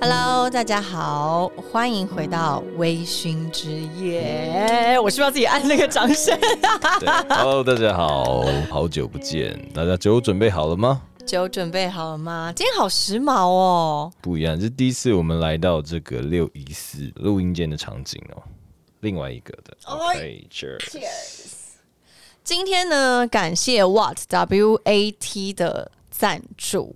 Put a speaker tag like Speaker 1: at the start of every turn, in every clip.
Speaker 1: Hello，大家好，欢迎回到微醺之夜。嗯我是不是要自己按那个掌声？
Speaker 2: 对 Hello，大家好，好久不见，大家酒准备好了吗？
Speaker 1: 酒准备好了吗？今天好时髦哦！
Speaker 2: 不一样，这是第一次我们来到这个六一四录音间的场景哦，另外一个的。
Speaker 1: 哎
Speaker 2: OK，Cheers。
Speaker 1: 今天呢，感谢 What W A T 的赞助。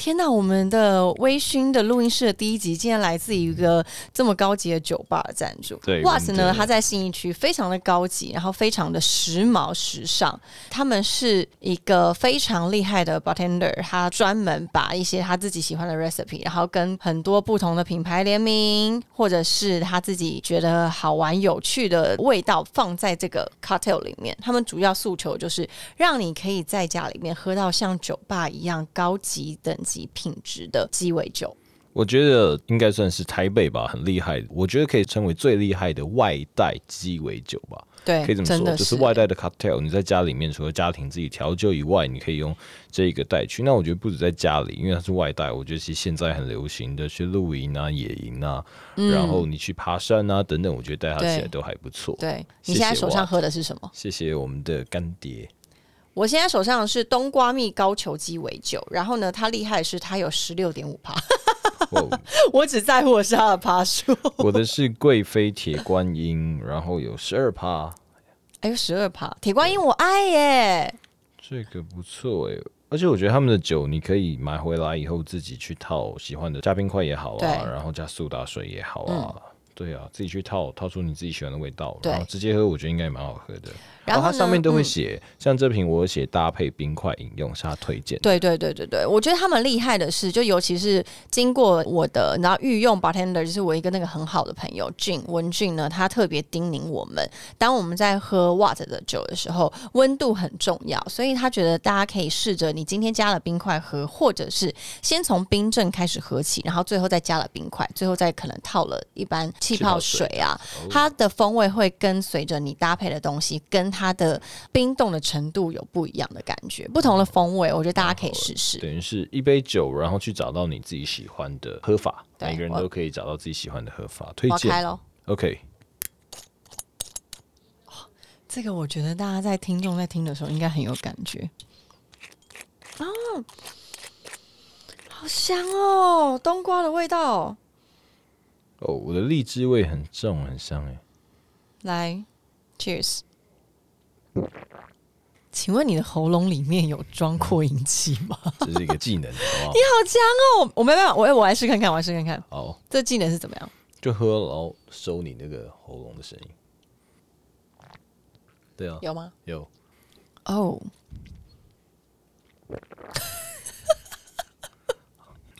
Speaker 1: 天呐，我们的微醺的录音室的第一集，竟然来自于一个这么高级的酒吧的赞助。
Speaker 2: 对
Speaker 1: What
Speaker 2: 我们
Speaker 1: 呢，
Speaker 2: 的
Speaker 1: 它在信义区非常的高级，然后非常的时髦时尚。他们是一个非常厉害的 bartender，他专门把一些他自己喜欢的 recipe，然后跟很多不同的品牌联名，或者是他自己觉得好玩有趣的味道放在这个 cocktail 里面。他们主要诉求就是让你可以在家里面喝到像酒吧一样高级等级品质的鸡尾酒。
Speaker 2: 我觉得应该算是台北吧，很厉害，我觉得可以称为最厉害的外带鸡尾酒吧，
Speaker 1: 对，
Speaker 2: 可以这么
Speaker 1: 真
Speaker 2: 说，
Speaker 1: 的
Speaker 2: 就是外带的 cocktail。你在家里面除了家庭自己调酒以外，你可以用这一个带去。那我觉得不止在家里，因为它是外带，我觉得其实现在很流行的去露营啊、野营啊，然后你去爬山啊等等，我觉得带它起来
Speaker 1: 嗯对
Speaker 2: 都还不错。
Speaker 1: 对
Speaker 2: 谢
Speaker 1: 你现在
Speaker 2: 谢
Speaker 1: 手
Speaker 2: 哇
Speaker 1: 上喝的是什么？
Speaker 2: 谢谢我们的干爹，
Speaker 1: 我现在手上是冬瓜蜜高球鸡尾酒，然后呢，它厉害的是它有十六点五趴，
Speaker 2: 哇哦
Speaker 1: 我只在乎我是它的趴数。
Speaker 2: 我的是贵妃铁观音，然后有十二趴，
Speaker 1: 哎呦，十二趴，铁观音我爱耶！
Speaker 2: 这个不错哎、而且我觉得他们的酒，你可以买回来以后自己去套喜欢的加冰块也好
Speaker 1: 对嗯
Speaker 2: 啊，然后加苏打水也好啊，对啊，自己去套套出你自己喜欢的味道，
Speaker 1: 对
Speaker 2: 然后直接喝，我觉得应该也蛮好喝的。
Speaker 1: 然后
Speaker 2: 哦它上
Speaker 1: 呢嗯
Speaker 2: 面都会写，像这瓶我有写搭配冰块饮用是他推荐的，
Speaker 1: 对对对对对，我觉得他们厉害的是，就尤其是经过我的，然后御用 bartender 就是我一个那个很好的朋友俊文俊呢，他特别叮咛我们，当我们在喝 Watt 的酒的时候，温度很重要，所以他觉得大家可以试着你今天加了冰块喝，或者是先从冰镇开始喝起，然后最后再加了冰块，最后再可能套了一般气
Speaker 2: 气泡
Speaker 1: 泡水
Speaker 2: 水
Speaker 1: 啊，它的风味会跟随着你搭配的东西，跟它的冰冻的程度有不一样的感觉，不同的风味，我觉得大家可以试试。
Speaker 2: 等于是一杯酒，然后去找到你自己喜欢的喝法，
Speaker 1: 对
Speaker 2: 每个人
Speaker 1: 我
Speaker 2: 都可以找到自己喜欢的喝法，推
Speaker 1: 我要开
Speaker 2: 荐。
Speaker 1: 喽，
Speaker 2: OK，
Speaker 1: 这个我觉得大家在听众在听的时候应该很有感觉。啊，好香哦，冬瓜的味道。
Speaker 2: 哦，我的荔枝味很重，很香哎。
Speaker 1: 来，Cheers。请问你的喉咙里面有装扩音器吗？ 你
Speaker 2: 这是一个技能， 好
Speaker 1: 好强哦！我没办法，我我来试看看，我来试看看
Speaker 2: 不好？好，
Speaker 1: 这技能是怎么样。
Speaker 2: 就喝，然后收你那个喉咙的声音。对啊，
Speaker 1: 有吗？
Speaker 2: 有，
Speaker 1: 哦，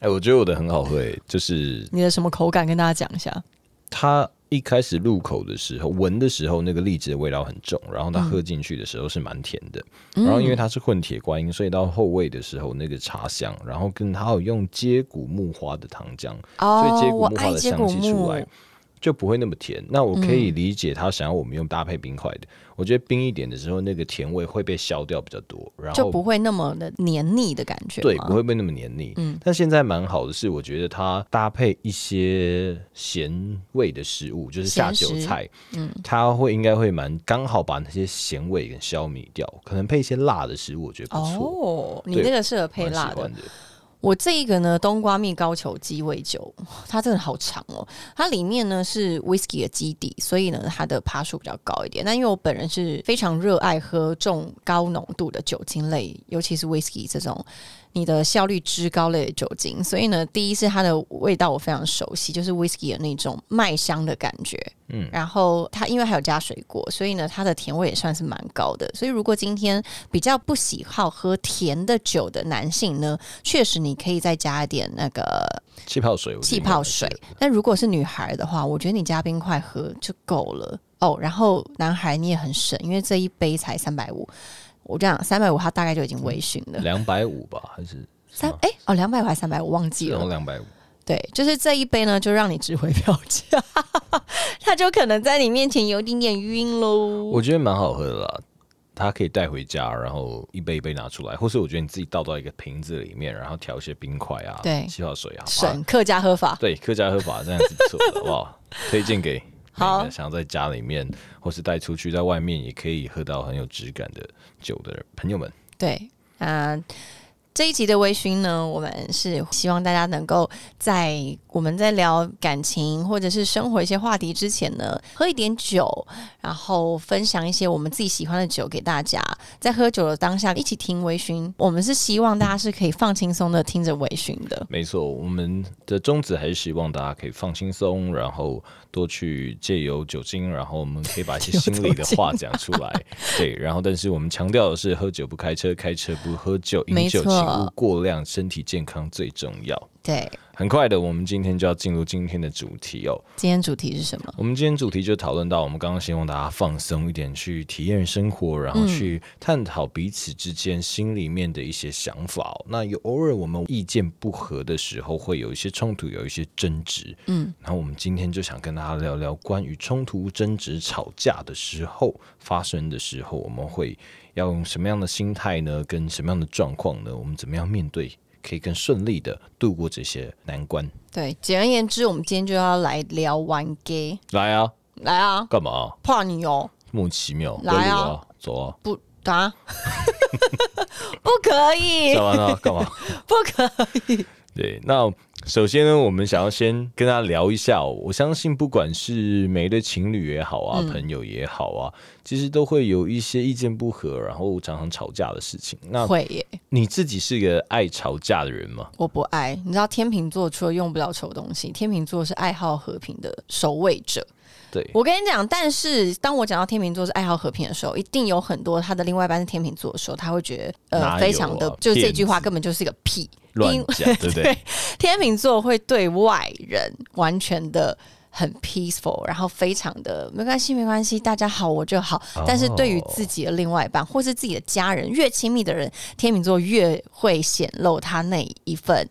Speaker 2: 哎、我觉得我的很好喝、哎，就是
Speaker 1: 你的什么口感？跟大家讲一下。
Speaker 2: 它一开始入口的时候，闻的时候那个荔枝的味道很重，然后它喝进去的时候是蛮甜的，然后因为它是混铁观音，所以到后味的时候那个茶香，然后跟它有用接骨木花的糖浆，所以接
Speaker 1: 哦
Speaker 2: 骨
Speaker 1: 我
Speaker 2: 木花
Speaker 1: 爱
Speaker 2: 的
Speaker 1: 接
Speaker 2: 香
Speaker 1: 骨
Speaker 2: 气出
Speaker 1: 木嗯
Speaker 2: 来。就不会那么甜。那我可以理解他想要我们用搭配冰块的。我觉得冰一点的时候，那个甜味会被消掉比较多，然
Speaker 1: 就
Speaker 2: 后
Speaker 1: 不会那么的黏腻的感觉吗。
Speaker 2: 对不会被那么黏腻。
Speaker 1: 嗯
Speaker 2: 但现在蛮好的是，我觉得它搭配一些咸味的食物，就是下酒
Speaker 1: 咸食
Speaker 2: 菜，嗯，它会应该会蛮刚好把那些咸味给消弭掉。可能配一些辣的食物，我觉得不错，
Speaker 1: 哦，你
Speaker 2: 对
Speaker 1: 那个适合配
Speaker 2: 蛮喜
Speaker 1: 辣的
Speaker 2: 欢。的。
Speaker 1: 我这一个呢，冬瓜蜜高球鸡尾酒，它真的好长哦。它里面呢是 whisky 的基底，所以呢它的趴数比较高一点。那因为我本人是非常热爱喝重高浓度的酒精类，尤其是 whisky 这种你的效率之高类的酒精，所以呢，第一是它的味道我非常熟悉，就是 whisky 的那种麦香的感觉。嗯，然后它因为还有加水果，所以呢它的甜味也算是蛮高的。所以如果今天比较不喜好喝甜的酒的男性呢，确实你可以再加一点那个
Speaker 2: 气泡水，我觉得
Speaker 1: 气
Speaker 2: 应该蛮
Speaker 1: 泡
Speaker 2: 好吃
Speaker 1: 水
Speaker 2: 的。
Speaker 1: 但如果是女孩的话，我觉得你加冰块喝就够了哦。然后男孩你也很省，因为这一杯才三百五。我这样三百五，它大概就已经微醺了。
Speaker 2: 两百五吧，还是
Speaker 1: 三哎、哦，两百五还是三百，我忘记
Speaker 2: 然
Speaker 1: 了
Speaker 2: 后。两百五。
Speaker 1: 对，就是这一杯呢，就让你值回票价， 他就可能在你面前有一点点晕喽。
Speaker 2: 我觉得蛮好喝的啦。它可以带回家，然后一杯一杯拿出来，或是我觉得你自己倒到一个瓶子里面，然后调一些冰块啊，
Speaker 1: 对
Speaker 2: 气泡水啊，
Speaker 1: 省客家喝法。
Speaker 2: 对，客家喝法这样是不错的，好不 好？推荐给
Speaker 1: 好
Speaker 2: 每个想要在家里面或是带出去，在外面也可以喝到很有质感的酒的朋友们。
Speaker 1: 对，啊、这一集的微醺呢，我们是希望大家能够在我们在聊感情或者是生活一些话题之前呢，喝一点酒，然后分享一些我们自己喜欢的酒给大家。在喝酒的当下，一起听微醺，我们是希望大家是可以放轻松的听着微醺的。
Speaker 2: 没错，我们的宗旨还是希望大家可以放轻松，然后多去借由酒精，然后我们可以把一些心里的话讲出来。对，然后但是我们强调的是，喝酒不开车，开车不喝酒，饮
Speaker 1: 没
Speaker 2: 酒
Speaker 1: 错
Speaker 2: 请勿过量，身体健康最重要。
Speaker 1: 对，
Speaker 2: 很快的，我们今天就要进入今天的主题哦。
Speaker 1: 今天主题是什么？
Speaker 2: 我们今天主题就讨论到，我们刚刚希望大家啊放松一点，去体验生活，然后去探讨彼此之间心里面的一些想法哦、那有偶尔我们意见不合的时候，会有一些冲突，有一些争执。嗯，然后我们今天就想跟大家聊聊关于冲突、争执、吵架的时候发生的时候，我们会要用什么样的心态呢？跟什么样的状况呢？我们怎么样面对，可以更顺利的度过这些难关？
Speaker 1: 对，简而言之，我们今天就要来聊玩 gay，
Speaker 2: 来啊，
Speaker 1: 来啊，
Speaker 2: 干嘛啊、
Speaker 1: 怕你哦，
Speaker 2: 莫奇妙，
Speaker 1: 来
Speaker 2: 围
Speaker 1: 啊
Speaker 2: 我走啊，
Speaker 1: 不啊， 不可以
Speaker 2: 下，完了干嘛？
Speaker 1: 不可以。
Speaker 2: 对，那首先呢，我们想要先跟大家聊一下哦、我相信不管是每一对情侣也好
Speaker 1: 嗯
Speaker 2: 啊，朋友也好啊，其实都会有一些意见不合，然后常常吵架的事情。那
Speaker 1: 会耶，
Speaker 2: 你自己是个爱吵架的人吗？
Speaker 1: 我不爱。你知道天秤座除了用不了丑东西，天秤座是爱好和平的守卫者。
Speaker 2: 对，
Speaker 1: 我跟你讲，但是当我讲到天秤座是爱好和平的时候，一定有很多他的另外一半是天秤座的时候，他会觉得
Speaker 2: 哪有
Speaker 1: 呃
Speaker 2: 啊
Speaker 1: 非常的，就是这
Speaker 2: 骗
Speaker 1: 句话
Speaker 2: 子
Speaker 1: 根本就是个屁。
Speaker 2: 乱
Speaker 1: 因
Speaker 2: 讲，对不对？
Speaker 1: 天秤座会对外人完全的很 peaceful，然后非常的没关系，没关系，大家好我就好
Speaker 2: 哦。
Speaker 1: 但是对于自己的另外一半或是自己的家人，越亲密的人，天秤座越会显露他那一份。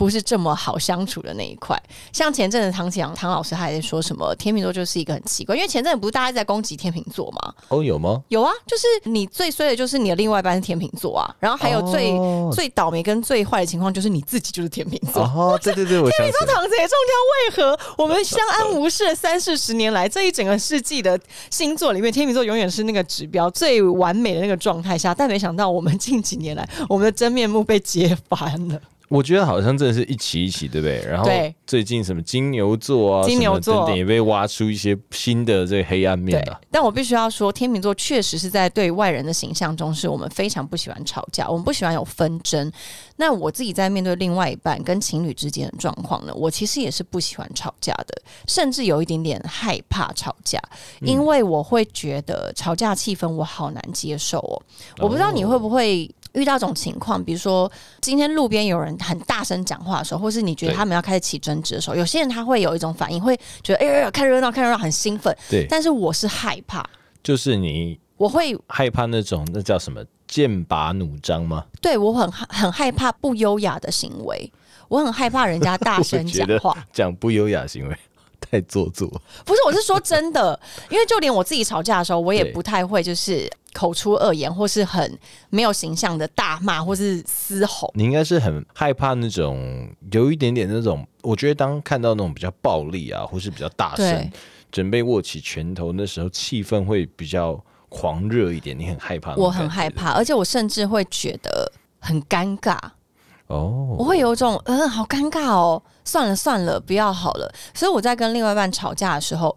Speaker 1: 不是这么好相处的那一块，像前阵子唐启阳唐老师他还在说什么天秤座就是一个很奇怪，因为前阵子不是大家在攻击天秤座吗？
Speaker 2: 哦，有 吗？
Speaker 1: 有啊，就是你最衰的就是你的另外一半是天秤座啊，然后还有最、
Speaker 2: 哦
Speaker 1: 最倒霉跟最坏的情况就是你自己就是天秤座，
Speaker 2: 哦，对 对对，我想起来了，
Speaker 1: 躺着也中枪，为何我们相安无事的三四十年来，这一整个世纪的星座里面，天秤座永远是那个指标最完美的那个状态下，但没想到我们近几年来，我们的真面目被揭翻了。
Speaker 2: 我觉得好像真的是一起一起，对不对？然后
Speaker 1: 对
Speaker 2: 最近什么金牛座啊，
Speaker 1: 金牛座
Speaker 2: 什么等等也被挖出一些新的这个黑暗面
Speaker 1: 对
Speaker 2: 了、啊。，
Speaker 1: 但我必须要说，天秤座确实是在对外人的形象中，是我们非常不喜欢吵架，我们不喜欢有纷争。那我自己在面对另外一半跟情侣之间的状况呢，我其实也是不喜欢吵架的，甚至有一点点害怕吵架，
Speaker 2: 嗯
Speaker 1: 因为我会觉得吵架气氛我好难接受哦。我不知道你会不会。遇到这种情况，比如说今天路边有人很大声讲话的时候，或是你觉得
Speaker 2: 对
Speaker 1: 他们要开始起争执的时候，有些人他会有一种反应，会觉得哎、哎哎看热闹看热闹很兴奋，
Speaker 2: 对，
Speaker 1: 但是我是害怕，
Speaker 2: 就是你
Speaker 1: 我会
Speaker 2: 害怕那种那叫什么剑拔弩张吗？
Speaker 1: 对我很害很害怕不优雅的行为，我很害怕人家大 声
Speaker 2: 觉
Speaker 1: 讲
Speaker 2: 得
Speaker 1: 话。
Speaker 2: 讲不优雅行为太做作。
Speaker 1: 不是，我是说真的，因为就连我自己吵架的时候，我也
Speaker 2: 对
Speaker 1: 不太会就是口出恶言，或是很没有形象的大骂或是嘶吼。
Speaker 2: 你应该是很害怕那种有一点点那种，我觉得当看到那种比较暴力啊，或是比较大声
Speaker 1: 对，
Speaker 2: 准备握起拳头那时候，气氛会比较狂热一点。你很害怕那种
Speaker 1: 我
Speaker 2: 感觉，
Speaker 1: 很害怕，而且我甚至会觉得很尴尬，我
Speaker 2: 哦。
Speaker 1: 会有一种嗯，好尴尬哦，算了算了，不要好了。所以我在跟另外一半吵架的时候，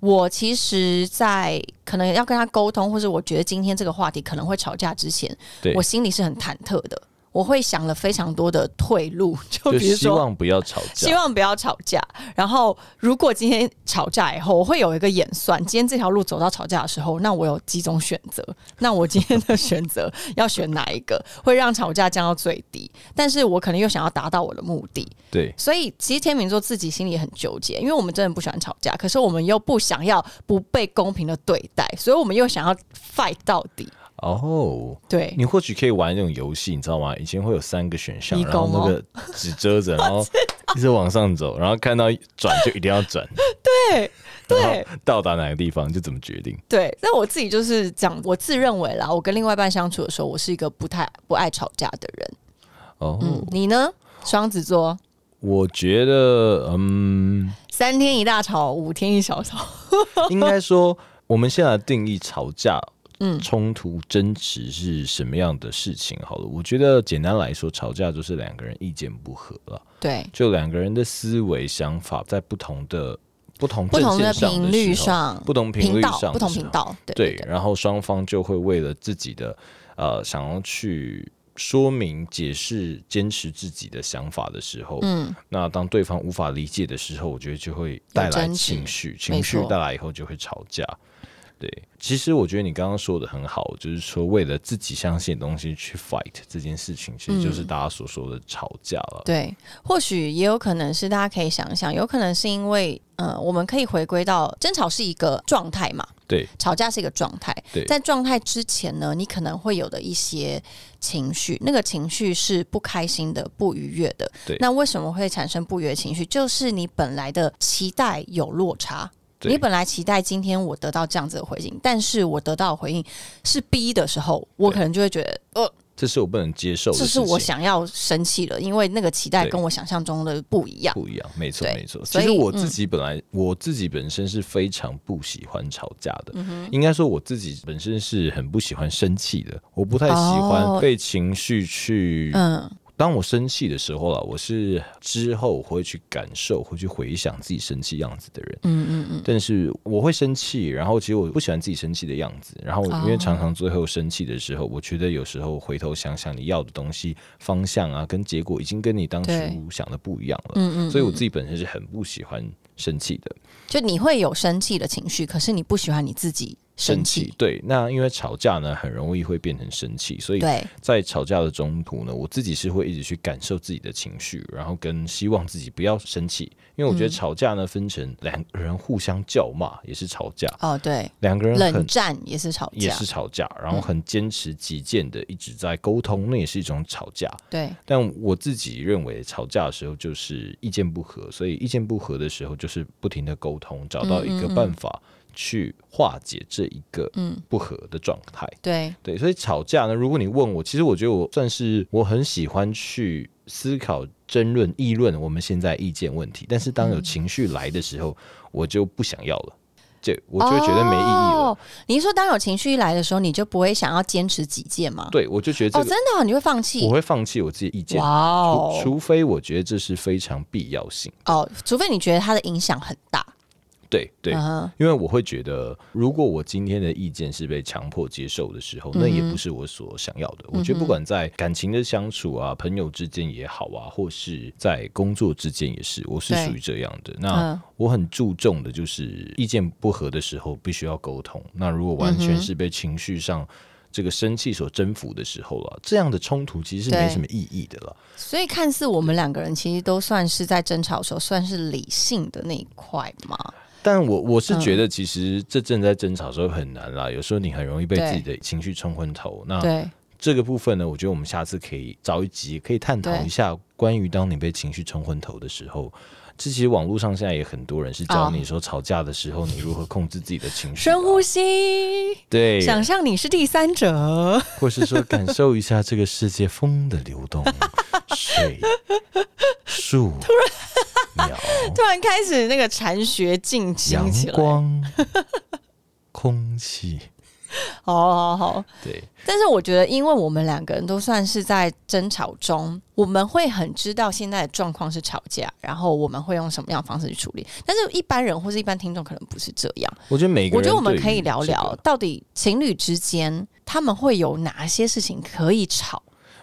Speaker 1: 我其实，在可能要跟他沟通，或是我觉得今天这个话题可能会吵架之前
Speaker 2: 对，
Speaker 1: 我心里是很忐忑的。我会想了非常多的退路，就
Speaker 2: 就
Speaker 1: 比如
Speaker 2: 希
Speaker 1: 说。
Speaker 2: 望不要吵
Speaker 1: 希
Speaker 2: 架，
Speaker 1: 望不要吵架。然后，如果今天吵架以后，我会有一个演算，今天这条路走到吵架的时候，那我有几种选择？那我今天的选择要选哪一个，会让吵架降到最低？但是我可能又想要达到我的目的，
Speaker 2: 对，
Speaker 1: 所以其实天秤座自己心里也很纠结，因为我们真的不喜欢吵架，可是我们又不想要不被公平的对待，所以我们又想要 fight 到底。
Speaker 2: 哦，
Speaker 1: 对，
Speaker 2: 你或许可以玩那种游戏，你知道吗？以前会有三个选项，
Speaker 1: 迷
Speaker 2: 然后
Speaker 1: 宫
Speaker 2: 那
Speaker 1: 哦
Speaker 2: 个纸遮着，然后一直往上走，然后看到转就一定要转。
Speaker 1: 对
Speaker 2: 到达哪个地方就怎么决定。
Speaker 1: 对，但我自己就是讲，我自认为啦，我跟另外一半相处的时候，我是一个不太不爱吵架的人。
Speaker 2: 哦，
Speaker 1: 嗯，你呢？双子座，
Speaker 2: 我觉得， 嗯，
Speaker 1: 三天一大吵，五天一小吵。
Speaker 2: 应该说，我们现在定义吵架、嗯，冲突、争执是什么样的事情？好了，我觉得简单来说，吵架就是两个人意见不合了，
Speaker 1: 对，
Speaker 2: 就两个人的思维、想法在不同的不同
Speaker 1: 不
Speaker 2: 阵
Speaker 1: 同
Speaker 2: 线
Speaker 1: 的
Speaker 2: 上
Speaker 1: 频率
Speaker 2: 时候
Speaker 1: 上、
Speaker 2: 不同频
Speaker 1: 频
Speaker 2: 率
Speaker 1: 道、
Speaker 2: 上、啊
Speaker 1: 不同频。道，对对
Speaker 2: 对，然后双方就会为了自己的呃想要去说明、解释、坚持自己的想法的时候，
Speaker 1: 嗯，
Speaker 2: 那当对方无法理解的时候，我觉得就会带来
Speaker 1: 争执
Speaker 2: 情绪，情
Speaker 1: 没
Speaker 2: 绪
Speaker 1: 错
Speaker 2: 带来以后就会吵架。对，其实我觉得你刚刚说的很好，就是说为了自己相信的东西去 fight 这件事情，其实就是大家所说的吵架了。
Speaker 1: 嗯对，或许也有可能是大家可以想一想，有可能是因为，呃，我们可以回归到争吵是一个状态嘛，
Speaker 2: 对
Speaker 1: 吵架是一个状态
Speaker 2: 对，
Speaker 1: 在状态之前呢，你可能会有的一些情绪，那个情绪是不开心的、不愉悦的。
Speaker 2: 对
Speaker 1: 那为什么会产生不愉悦情绪？就是你本来的期待有落差。
Speaker 2: 对
Speaker 1: 你本来期待今天我得到这样子的回应，但是我得到的回应是 B 的时候，我
Speaker 2: 对
Speaker 1: 可能就会觉得，呃，
Speaker 2: 这是我不能接受的
Speaker 1: 这
Speaker 2: 事
Speaker 1: 是
Speaker 2: 情，
Speaker 1: 我想要生气了，因为那个期待
Speaker 2: 对
Speaker 1: 跟我想象中的不一样。
Speaker 2: 不一样，没错
Speaker 1: 对
Speaker 2: 没错。其
Speaker 1: 所以嗯
Speaker 2: 实我自己本来、我自己本身是非常不喜欢吵架的，
Speaker 1: 嗯
Speaker 2: 应该说我自己本身是很不喜欢生气的，我不太喜
Speaker 1: 哦
Speaker 2: 欢被情绪去。
Speaker 1: 嗯，
Speaker 2: 当我生气的时候啊，我是之后会去感受，会去回想自己生气样子的人。
Speaker 1: 嗯嗯嗯，
Speaker 2: 但是我会生气，然后其实我不喜欢自己生气的样子。然后
Speaker 1: 哦
Speaker 2: 因为常常最后生气的时候，我觉得有时候回头想想，你要的东西方向啊，跟结果已经跟你当初
Speaker 1: 对
Speaker 2: 想的不一样了。
Speaker 1: 嗯嗯
Speaker 2: 所以我自己本身是很不喜欢生气的。
Speaker 1: 就你会有生气的情绪，可是你不喜欢你自己生气。
Speaker 2: 对，那因为吵架呢，很容易会变成生气，所以
Speaker 1: 对，
Speaker 2: 在吵架的中途呢，我自己是会一直去感受自己的情绪，然后跟希望自己不要生气，因为我觉得吵架呢分成两个人互相叫骂也是吵架，
Speaker 1: 哦，对，
Speaker 2: 两个人
Speaker 1: 冷
Speaker 2: 很。
Speaker 1: 战也是吵
Speaker 2: 也
Speaker 1: 架，
Speaker 2: 是吵架，然后很坚持己见的一直在沟通，那也是一种吵架。
Speaker 1: 对，
Speaker 2: 但我自己认为，吵架的时候就是意见不合，所以意见不合的时候就是不停的沟通，找到一个办法去化解这一个
Speaker 1: 嗯，
Speaker 2: 不合的状态。
Speaker 1: 对，
Speaker 2: 对，所以吵架呢，如果你问我，其实我觉得我算是我很喜欢去思考、争论、议论我们现在意见问题，但是当
Speaker 1: 嗯
Speaker 2: 有情绪来的时候，我就不想要了，对，我就会觉得没意义了。
Speaker 1: 哦、你是说，当有情绪一来的时候，你就不会想要坚持己见吗？
Speaker 2: 对，我就觉得
Speaker 1: 哦，
Speaker 2: 这
Speaker 1: 真
Speaker 2: 个、
Speaker 1: 的哦、你会放弃
Speaker 2: 我？会放弃我自己意见
Speaker 1: 哇，哦
Speaker 2: 除，除非我觉得这是非常必要性。
Speaker 1: 哦，除非你觉得它的影响很大。
Speaker 2: 对对，
Speaker 1: 嗯哼
Speaker 2: 因为我会觉得，如果我今天的意见是被强迫接受的时候，那
Speaker 1: 嗯
Speaker 2: 也不是我所想要的。我觉得不管在感情的相处啊、朋友之间也好啊，或是在工作之间也是，我是
Speaker 1: 对嗯
Speaker 2: 属于这样的。那我很注重的就是意见不合的时候必须要沟通。那如果
Speaker 1: 嗯
Speaker 2: 完全是被情绪上。这个生气所征服的时候了、啊这样的冲突其实是没
Speaker 1: 对
Speaker 2: 什么意义的了。
Speaker 1: 所以看似我们两个人其实都算是在争吵的时候，算是理性的那一块嘛。
Speaker 2: 但我我
Speaker 1: 嗯
Speaker 2: 是觉得，其实这正在争吵的时候很难啦。有时候你很容易被自己的情绪冲昏头。那
Speaker 1: 对，
Speaker 2: 这个部分呢，我觉得我们下次可以找一集，可以探讨
Speaker 1: 对
Speaker 2: 一下关于当你被情绪冲昏头的时候。这其实网络上现在也很多人是教
Speaker 1: 哦
Speaker 2: 你说吵架的时候你如何控制自己的情绪、啊，
Speaker 1: 深呼吸，
Speaker 2: 对，
Speaker 1: 想象你是第三者。
Speaker 2: 或是说感受一下这个世界风的流动、水、树、鸟、
Speaker 1: 突然开始那个禅学进行
Speaker 2: 阳
Speaker 1: 起来，
Speaker 2: 光、空气，
Speaker 1: 哦好好好。
Speaker 2: 对
Speaker 1: 但是我觉得，因为我们两个人都算是在争吵中，我们会很知道现在的状况是吵架，然后我们会用什么样的方式去处理。但是一般人或是一般听众可能不是这样。
Speaker 2: 我觉得每个人，
Speaker 1: 我觉得我们可以聊聊，到底情侣之间他们会有哪些事情可以吵。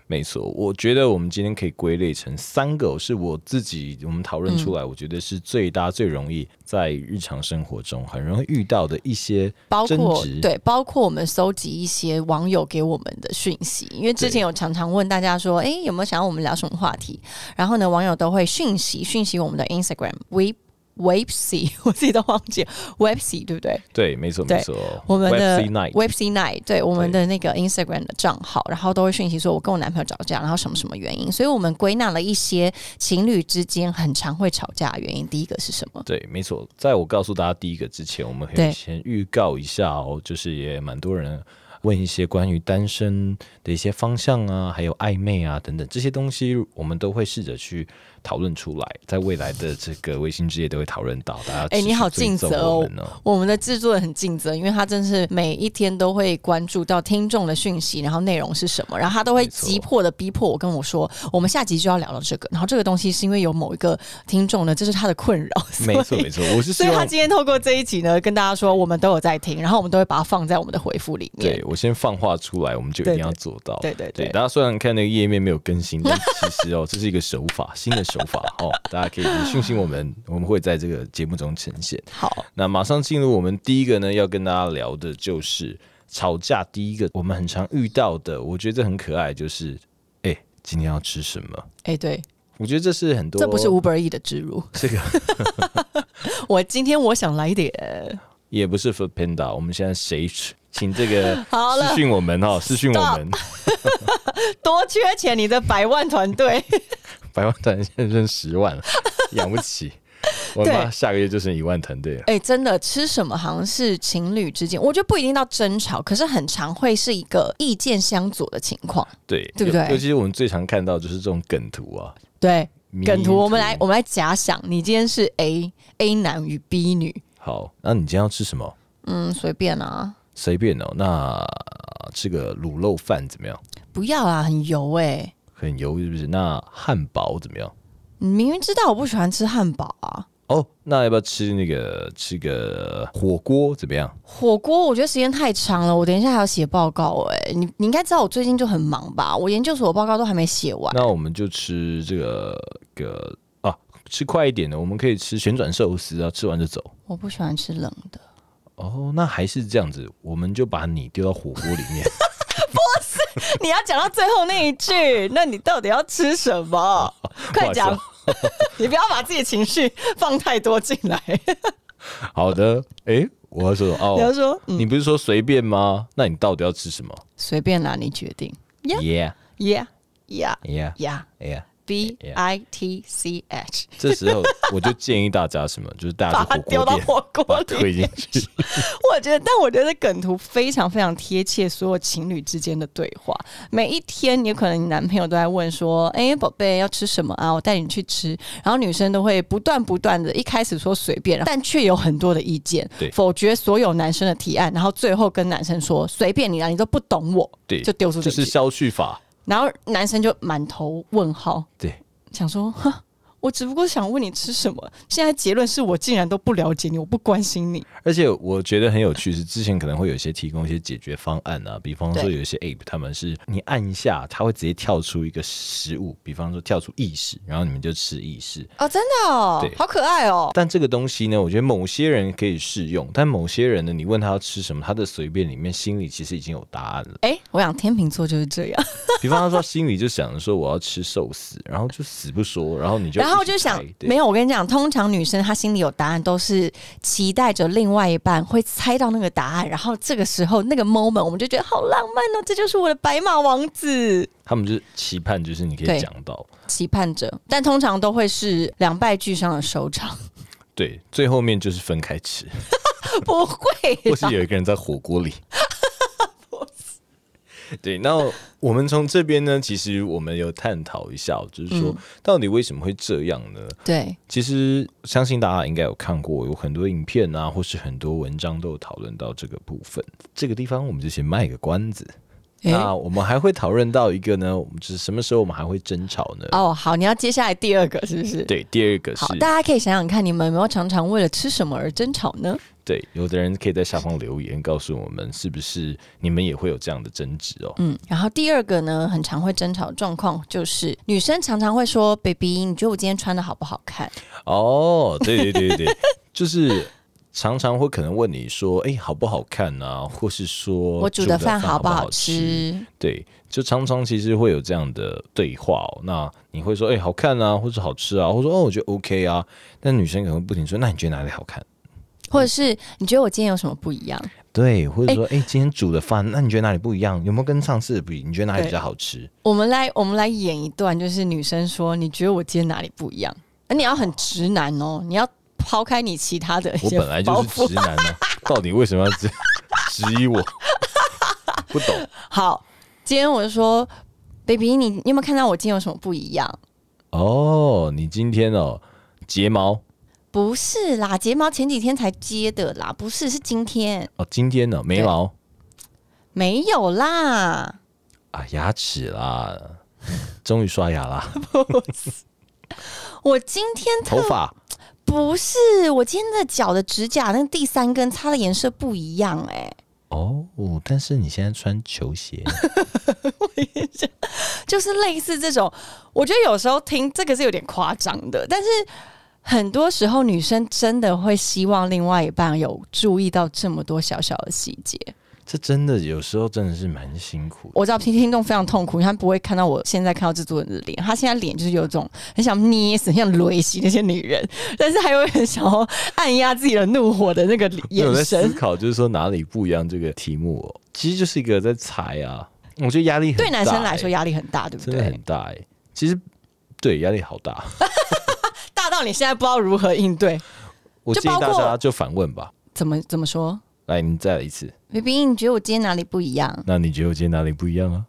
Speaker 2: 没错，我觉得我们今天可以归类成三个，是我自己我们讨论出来，
Speaker 1: 嗯
Speaker 2: 我觉得是最大最容易在日常生活中很容易遇到的一些
Speaker 1: 包括
Speaker 2: 争执
Speaker 1: 对，包括我们搜集一些网友给我们的讯息，因为之前有常常问大家说，诶，有没有想要我们聊什么话题？然后呢，网友都会讯息讯息我们的 Instagram we Websy，我 自己都忘记了 Websy 对不对？
Speaker 2: 对，没错
Speaker 1: 对
Speaker 2: 没错，
Speaker 1: 我们的
Speaker 2: Websy Night
Speaker 1: Websy Night，对我们的那个 Instagram 的账号，然后都会讯息说我跟我男朋友吵架，然后什么什么原因，所以我们归纳了一些情侣之间很常会吵架的原因。第一个是什么？
Speaker 2: 对，没错。在我告诉大家第一个之前，我们可
Speaker 1: 对
Speaker 2: 以先预告一下哦，就是也蛮多人问一些关于单身的一些方向啊，还有暧昧啊等等这些东西，我们都会试着去讨论出来，在未来的这个微信之夜都会讨论到。大家
Speaker 1: 哎你好
Speaker 2: 持续
Speaker 1: 尽
Speaker 2: 追踪
Speaker 1: 责哦
Speaker 2: 我们哦。
Speaker 1: 我们的制作人很尽责，因为他真是每一天都会关注到听众的讯息，然后内容是什么，然后他都会
Speaker 2: 没错
Speaker 1: 急迫的逼迫我跟我说，我们下集就要聊到这个，然后这个东西是因为有某一个听众呢，这是他的困扰，
Speaker 2: 没
Speaker 1: 所
Speaker 2: 错
Speaker 1: 以
Speaker 2: 没错，我 是
Speaker 1: 所
Speaker 2: 希
Speaker 1: 以他
Speaker 2: 望。
Speaker 1: 今天透过这一集呢，跟大家说我们都有在听，然后我们都会把它放在我们的回复里面
Speaker 2: 对。我先放话出来，我们就一定要
Speaker 1: 对
Speaker 2: 做到。
Speaker 1: 对对
Speaker 2: 对，
Speaker 1: 对
Speaker 2: 大家虽然看那个页面没有 更新，但其实哦，这是一个手法，新的手法哦，大家可以讯息我们，我们会在这个节目中呈现。
Speaker 1: 好，
Speaker 2: 那马上进入我们第一个呢，要跟大家聊的就是吵架。第一个我们很常遇到的，我觉得很可爱，就是哎、今天要吃什么？
Speaker 1: 哎、对，
Speaker 2: 我觉得这是很多，
Speaker 1: 这不是 Uber E 的植入，
Speaker 2: 这个
Speaker 1: 我今天我想来点，
Speaker 2: 也不是 Food Panda。我们现在谁请 这个
Speaker 1: 好了
Speaker 2: 私讯我们哦哈，私讯我们
Speaker 1: 多缺钱，你的百万团队。
Speaker 2: 百万团现在剩十万了，养不 起。我
Speaker 1: 对
Speaker 2: 妈下个月就剩一万团队了。
Speaker 1: 哎、真的吃什么好像是情侣之间，我觉得不一定到争吵，可是很常会是一个意见相左的情况。
Speaker 2: 对，
Speaker 1: 对不对
Speaker 2: 尤尤其是我们最常看到就是这种梗图啊，
Speaker 1: 对，
Speaker 2: 迷
Speaker 1: 梗图，我们来我们来假想，你今天是 A A 男与 B 女，
Speaker 2: 好。那你今天要吃什么？
Speaker 1: 嗯，随便啊，
Speaker 2: 随便哦。那呃吃个卤肉饭怎么样？
Speaker 1: 不要啊，很油哎、
Speaker 2: 很油是不是？那汉堡怎么样？
Speaker 1: 你明明知道我不喜欢吃汉堡啊，
Speaker 2: 哦，那要不要吃那个吃个火锅怎么样？
Speaker 1: 火锅我觉得时间太长了，我等一下还要写报告哎、你你应该知道我最近就很忙吧，我研究所报告都还没写完。
Speaker 2: 那我们就吃这个个啊，吃快一点的，我们可以吃旋转寿司啊，吃完就走。
Speaker 1: 我不喜欢吃冷的，
Speaker 2: 哦，那还是这样子，我们就把你丢到火锅里面。
Speaker 1: 你要讲到最后那一句，那你到底要吃什 么？ 快讲
Speaker 2: 不，
Speaker 1: 你不要把自己的情绪放太多进来。
Speaker 2: 好的，诶，我要说
Speaker 1: 你要
Speaker 2: 哦，
Speaker 1: 说嗯，
Speaker 2: 你不是说随便吗？那你到底要吃什么
Speaker 1: 随便啦，你决定。Yeah
Speaker 2: ？Yeah
Speaker 1: Yeah Yeah
Speaker 2: yeah
Speaker 1: Yeah
Speaker 2: yeah。
Speaker 1: B I T C H，
Speaker 2: 这时候我就建议大家什么，就是大 家
Speaker 1: 把它
Speaker 2: 去啊火
Speaker 1: 丢到
Speaker 2: 锅店
Speaker 1: 火锅
Speaker 2: 把它
Speaker 1: 里。
Speaker 2: 推进去。
Speaker 1: 我觉得，但我觉得梗图非常非常贴切所有情侣之间的对话。每一天，你可能你男朋友都在问说：“哎、宝贝，要吃什么啊？我带你去吃。”然后女生都会不断不断的，一开始说随便，但却有很多的意见
Speaker 2: 对，
Speaker 1: 否决所有男生的提案，然后最后跟男生说：“随便你啦，你都不懂我。”
Speaker 2: 对，
Speaker 1: 就丢出
Speaker 2: 这
Speaker 1: 去。
Speaker 2: 是消去法。
Speaker 1: 然后男生就满头问号，
Speaker 2: 对，
Speaker 1: 想说：“哈，我只不过想问你吃什么，现在结论是我竟然都不了解你，我不关心你。”
Speaker 2: 而且我觉得很有趣是，之前可能会有一些提供一些解决方案啊，比方说
Speaker 1: 对
Speaker 2: 有一些 app，他们是你按一下，它会直接跳出一个食物，比方说跳出意识，然后你们就吃意识。
Speaker 1: 哦，真的哦
Speaker 2: 对
Speaker 1: 好可爱哦。
Speaker 2: 但这个东西呢，我觉得某些人可以适用，但某些人呢，你问他要吃什么，他的随便里面心里其实已经有答案 了。
Speaker 1: 哎、我想天秤座就是这样，
Speaker 2: 比方说，心里就想着说我要吃寿司，然后就死不说，然后你就
Speaker 1: 然后
Speaker 2: 一直
Speaker 1: 就 想
Speaker 2: 猜，对
Speaker 1: 没有，我跟你讲，通常女生她心里有答案，都是期待着另外一半会猜到那个答案，然后这个时候那个 moment 我们就觉得好浪漫哦，这就是我的白马王子，
Speaker 2: 他们就是期盼，就是你可以
Speaker 1: 对
Speaker 2: 讲到。
Speaker 1: 期盼着，但通常都会是两败俱伤的收 场，
Speaker 2: 对，最后面就是分开吃，
Speaker 1: 不会
Speaker 2: 或
Speaker 1: 啦
Speaker 2: 是有一个人在火 锅里。对，那我们从这边呢，其实我们有探讨一下哦，就是
Speaker 1: 嗯
Speaker 2: 说到底为什么会这样呢？
Speaker 1: 对
Speaker 2: 其实相信大家应该有看过，有很多影片啊，或是很多文章都有讨论到这个部分。这个地方我们就先卖个关子。
Speaker 1: 诶
Speaker 2: 那我们还会讨论到一个呢，我们就是什么时候我们还会争吵呢？
Speaker 1: 哦，好，你要接下来第二个是不是？
Speaker 2: 对，第二个是
Speaker 1: 好，大家可以想想看，你们有没有常常为了吃什么而争吵呢？
Speaker 2: 对，有的人可以在下方留言告诉我们，是不是你们也会有这样的争执哦？
Speaker 1: 嗯，然后第二个呢，很常会争吵的状况就是女生常常会说：“baby，你觉得我今天穿的好不好看
Speaker 2: 哦，对对对对，就是常常会可能问你说，哎、好不好看啊？或是说
Speaker 1: 我煮的饭好
Speaker 2: 不
Speaker 1: 不好
Speaker 2: 吃？
Speaker 1: 吃？
Speaker 2: 对，就常常其实会有这样的对话哦。那你会说，哎、好看啊，或者好吃啊，或者说哦，我觉得 OK 啊。但女生可能会不停说，那你觉得哪里好看？
Speaker 1: 或者是你觉得我今天有什么不一样？
Speaker 2: 对，或者说，哎、今天煮的饭，那你觉得哪里不一样？有没有跟上次的不一样？你觉得哪里比较好吃？
Speaker 1: 我们来，我们来演一段，就是女生说：“你觉得我今天哪里不一样？”而你要很直男哦，你要抛开你其他的一
Speaker 2: 我
Speaker 1: 些
Speaker 2: 本来
Speaker 1: 包
Speaker 2: 就是
Speaker 1: 袱。
Speaker 2: 直男啊，到底为什么要质 质疑我？不懂。
Speaker 1: 好，今天我就说，baby，你你有没有看到我今天有什么不一样？
Speaker 2: 哦，你今天哦，睫毛
Speaker 1: 不是啦，睫毛前几天才接的啦，不是是今天
Speaker 2: 哦，今天呢、眉毛
Speaker 1: 没有啦。
Speaker 2: 啊，牙齿啦，终于刷牙 啦，
Speaker 1: 我今天
Speaker 2: 头发
Speaker 1: 不是，我今天的脚的指甲那第三根擦的颜色不一样哎、
Speaker 2: 哦，但是你现在穿 球鞋，
Speaker 1: 就是类似这种，我觉得有时候听这个是有点夸张的，但是很多时候女生真的会希望另外一半有注意到这么多小小的细节。
Speaker 2: 这真的有时候真的是蛮辛苦的。
Speaker 1: 我知道听听众非常痛苦，因为他不会看到我现在看到制作人的脸，他现在脸就是有一种很想捏死、很想雷死那些女人，但是还有很想要按压自己的怒火的那个
Speaker 2: 因为我在
Speaker 1: 眼
Speaker 2: 思
Speaker 1: 神。
Speaker 2: 考，就是说哪里不一样这个题目哦，其实就是一个在猜啊。我觉得压力很大、
Speaker 1: 对男生来说
Speaker 2: 欸
Speaker 1: 压力很大，对不
Speaker 2: 真的
Speaker 1: 对
Speaker 2: 很？大哎、其实对压力好大，
Speaker 1: 大到你现在不知道如何应对，
Speaker 2: 我
Speaker 1: 就
Speaker 2: 建议
Speaker 1: 包
Speaker 2: 大
Speaker 1: 括
Speaker 2: 家就反问吧。
Speaker 1: 怎么怎么说
Speaker 2: 来，你再来一次。
Speaker 1: ？baby，你觉得我今天哪里不一样？
Speaker 2: 那你觉得我今天哪里不一样啊？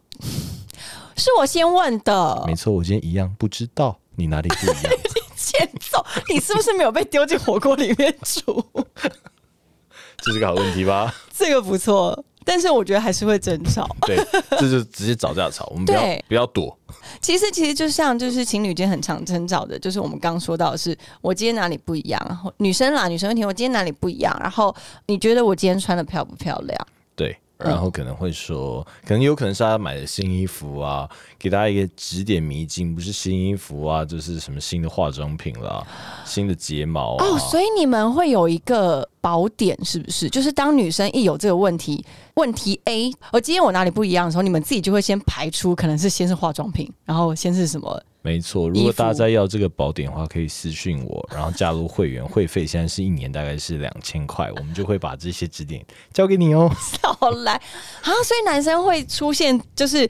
Speaker 1: 是我先问的
Speaker 2: 没，错，我今天一样不知道你哪里不一 样。
Speaker 1: 欠揍！你是不是没有被丢进火锅里面煮？
Speaker 2: 这是个好问题吧？
Speaker 1: 这个不错，但是我觉得还是会争吵。
Speaker 2: 对，这就直接找架吵，我们不要
Speaker 1: 对
Speaker 2: 不要躲。
Speaker 1: 其实，其实就像就是情侣间很常争吵的，就是我们刚说到的是我今天哪里不一样，然后女生啦，女生问题我今天哪里不一样，然后你觉得我今天穿的漂不漂亮？
Speaker 2: 对，
Speaker 1: 嗯
Speaker 2: 然后可能会说，可能有可能是他买的新衣服啊，给大家一个指点迷津，不是新衣服啊，就是什么新的化妆品 啦，新的睫毛啊。
Speaker 1: 哦，所以你们会有一个宝典，是不是？就是当女生一有这个问题，问题 A，而今天我哪里不一样的时候，你们自己就会先排除，可能是先是化妆品，然后先是什么
Speaker 2: 没错，如
Speaker 1: 衣
Speaker 2: 果
Speaker 1: 服
Speaker 2: 大家要这个宝典的话，可以私 信我，然后加入会员，会费现在是一年大概是两千块，我们就会把这些指点交给你哦。
Speaker 1: 少来啊！所以男生会出现就是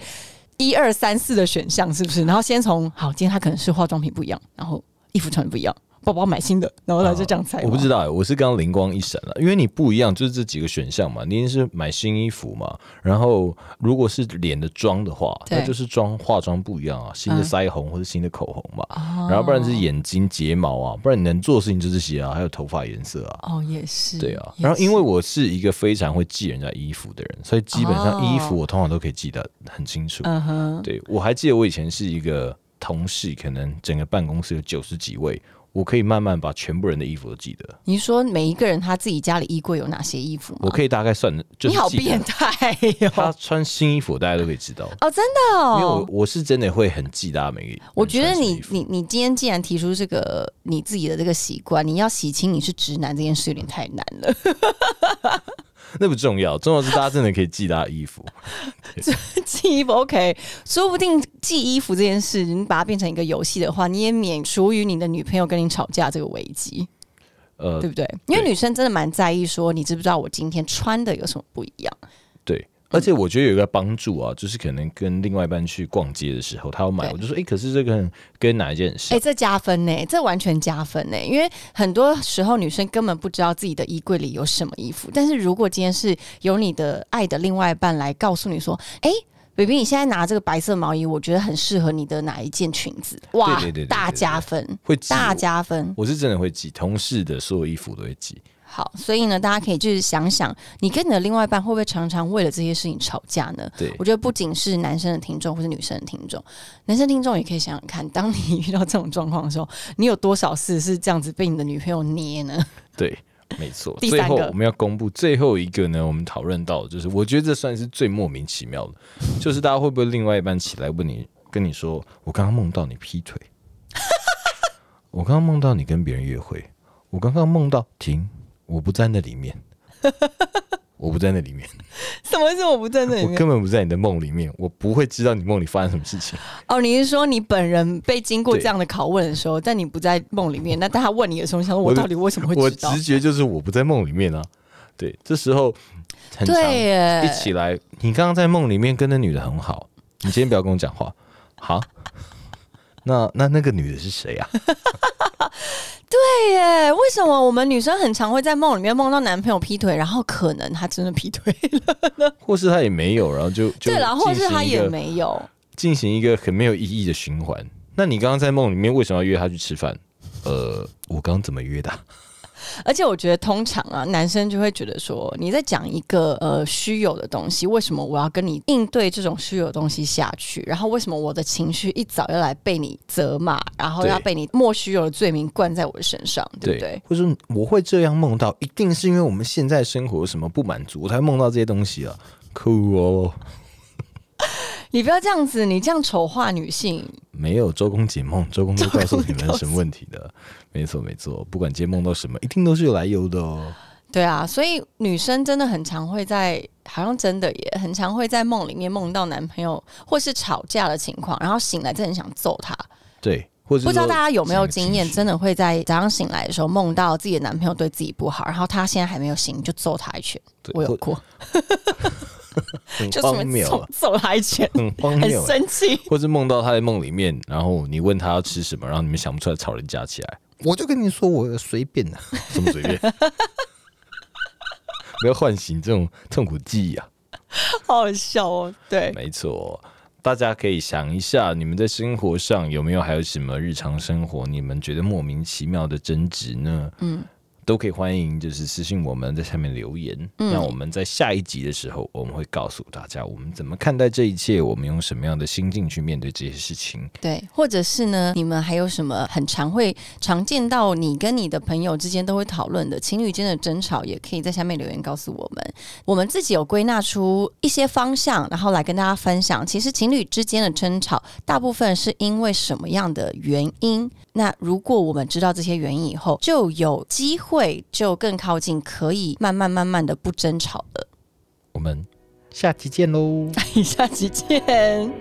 Speaker 1: 一二三四的选项，是不是？然后先从好，今天他可能是化妆品不一样，然后衣服穿的不一样，包包买新的，然后他就这样猜、
Speaker 2: 我不知
Speaker 1: 道，
Speaker 2: 道、欸，我是刚刚灵光一闪了，因为你不一样，就是这几个选项嘛，你一定是买新衣服嘛，然后如果是脸的妆的话，
Speaker 1: 对
Speaker 2: 那就是妆化妆不一样啊，新
Speaker 1: 嗯
Speaker 2: 的
Speaker 1: 哦
Speaker 2: 腮红或者新的口红嘛，然后不然就是眼睛、睫毛啊，不然你能做的事情就是这些啊，还有头发颜色啊。
Speaker 1: 哦，也是，
Speaker 2: 对啊，
Speaker 1: 也
Speaker 2: 然后因为
Speaker 1: 是
Speaker 2: 我是一个非常会记人家衣服的人，所以基本上衣服
Speaker 1: 哦
Speaker 2: 我通常都可以记得很清楚。
Speaker 1: 嗯哼，
Speaker 2: 对我还记得我以前是一个同事，可能整个办公室有九十几位，我可以慢慢把全部人的衣服都记得。
Speaker 1: 你说每一个人他自己家里衣柜有哪些衣服
Speaker 2: 我
Speaker 1: 吗？
Speaker 2: 可以大概算，就
Speaker 1: 你
Speaker 2: 是
Speaker 1: 好
Speaker 2: 记得
Speaker 1: 变态哦哟、
Speaker 2: 他穿新衣服，大家都可以知道，
Speaker 1: 哦，真的
Speaker 2: 因为我
Speaker 1: 哦。
Speaker 2: 我是真的会很记大家每个。
Speaker 1: 我觉得你
Speaker 2: 你
Speaker 1: 你你今天既然提出这个你自己的这个习惯，你要洗清你是直男这件事有点太难了。
Speaker 2: 那不重要，重要是大家真的可以记大家衣服。
Speaker 1: 记衣服 OK，说不定记衣服这件事，你把它变成一个游戏的话，你也免除于你的女朋友跟你吵架这个危机，
Speaker 2: 呃
Speaker 1: 对，不对？因为
Speaker 2: 对
Speaker 1: 女生真的蛮在意说，你知不知道我今天穿的有什么不一样？嗯
Speaker 2: 对，而且我觉得有一个帮助啊，就是可能跟另外一半去逛街的时候，他要买，
Speaker 1: 对
Speaker 2: 我就说，哎、可是这个很跟哪一件
Speaker 1: 哎、
Speaker 2: 是？
Speaker 1: 这加分呢、这完全加分呢、因为很多时候女生根本不知道自己的衣柜里有什么衣服，但是如果今天是由你的爱的另外一半来告诉你说，哎、baby，你现在拿这个白色毛衣，我觉得很适合你的哪一件裙子？哇，
Speaker 2: 对对对对
Speaker 1: 大
Speaker 2: 对对
Speaker 1: 加分，
Speaker 2: 会记
Speaker 1: 大
Speaker 2: 我
Speaker 1: 加分。
Speaker 2: 我是真的会记，同事的所有衣服都会记。
Speaker 1: 好，所以呢，大家可以就是想想，你跟你的另外一半会不会常常为了这些事情吵架呢？
Speaker 2: 对
Speaker 1: 我觉得不仅是男生的听众或是女生的听众，男生听众也可以想想看，当你遇到这种状况的时候，你有多少次是这样子被你的女朋友捏呢？
Speaker 2: 对，没错。
Speaker 1: 第
Speaker 2: 最
Speaker 1: 三个
Speaker 2: 后我们要公布最后一个呢，我们讨论到的就是，我觉得这算是最莫名其妙的，就是大家会不会另外一半起来问你，跟你说，我刚刚梦到你劈 腿，我刚刚梦到你跟别人约会，我刚刚梦到停，我不在那 里面，我不在那里面，
Speaker 1: 什么是我不在那里
Speaker 2: 我
Speaker 1: 面？
Speaker 2: 根本不在你的梦里面，我不会知道你梦里发生什么事情。
Speaker 1: 哦，你是说你本人被经过
Speaker 2: 对
Speaker 1: 这样的拷问的时候，但你不在梦里面？那但他问你的时候，你想说
Speaker 2: 我
Speaker 1: 我
Speaker 2: 的
Speaker 1: 到底为什么会
Speaker 2: 我
Speaker 1: 知道？
Speaker 2: 直觉就是我不在梦里面啊。对，这时候很常
Speaker 1: 对耶
Speaker 2: 一起来。你刚刚在梦里面跟那女的很好，你今天不要跟我讲话。好，那那那个女的是谁啊？
Speaker 1: 对耶，为什么我们女生很常会在梦里面梦到男朋友劈腿，然后可能他真的劈腿了？
Speaker 2: 或是她也没有，然后就就
Speaker 1: 对啦，或
Speaker 2: 进
Speaker 1: 是
Speaker 2: 行
Speaker 1: 他
Speaker 2: 一
Speaker 1: 也
Speaker 2: 个
Speaker 1: 没有。
Speaker 2: 进行一个很没有意义的循环。那你刚刚在梦里面为什么要约她去吃饭？呃，我刚怎么约的啊？
Speaker 1: 而且我觉得通常啊，男生就会觉得说，你在讲一个呃虚有的东西，为什么我要跟你应对这种虚有的东西下去？然后为什么我的情绪一早要来被你责骂，然后
Speaker 2: 对
Speaker 1: 要被你莫须有的罪名灌在我的身上，对不对？
Speaker 2: 或是我会这样梦到，一定是因为我们现在生活有什么不满足，我才会梦到这些东西啊。酷哦，
Speaker 1: 你不要这样子，你这样丑化女性，
Speaker 2: 没有周公 解梦，周公都告诉
Speaker 1: 周
Speaker 2: 你
Speaker 1: 公
Speaker 2: 们
Speaker 1: 告诉
Speaker 2: 什么问题的。没错，没错，不管今天梦到什么，一定都是有来由的哦。
Speaker 1: 对啊，所以女生真的很常会在，好像真的也很常会在梦里面梦到男朋友或是吵架的情况，然后醒来真的很想揍他。
Speaker 2: 对，或者
Speaker 1: 不知道大家有没有经验，真
Speaker 2: 的
Speaker 1: 的会在早上醒来的时候梦到自己的男朋友对自己不好，然后他现在还没有醒，就揍他一拳。我有过，
Speaker 2: 很
Speaker 1: 就
Speaker 2: 荒
Speaker 1: 什
Speaker 2: 谬
Speaker 1: 么揍
Speaker 2: 啊，
Speaker 1: 揍他一拳，
Speaker 2: 很 荒
Speaker 1: 很
Speaker 2: 谬啊。
Speaker 1: 生气。
Speaker 2: 或是梦到他在梦里面，然后你问他要吃什么，然后你们想不出来，吵人家起来。我就跟你说，我随便
Speaker 1: 啊
Speaker 2: 的、什么随便？ 不要唤醒这种痛苦记忆啊！
Speaker 1: 好好笑哦。对，
Speaker 2: 没错，大家可以想一下，你们在生活上有没有还有什么日常生活你们觉得莫名其妙的争执呢？嗯，都可以欢迎就是私信我们在下面留言。那我们在下一集的时候，我们会告诉大家我们怎么看待这一切，我们用什么样的心境去面对这些事情。
Speaker 1: 对，或者是呢，你们还有什么很常会常见到你跟你的朋友之间都会讨论的情侣间的争吵，也可以在下面留言告诉我们。我们自己有归纳出一些方向，然后来跟大家分享。其实情侣之间的争吵，大部分是因为什么样的原因？那如果我们知道这些原因以后，就有机会就更靠近可以慢慢慢慢的不争吵了。
Speaker 2: 我们下期见喽！
Speaker 1: 下期见。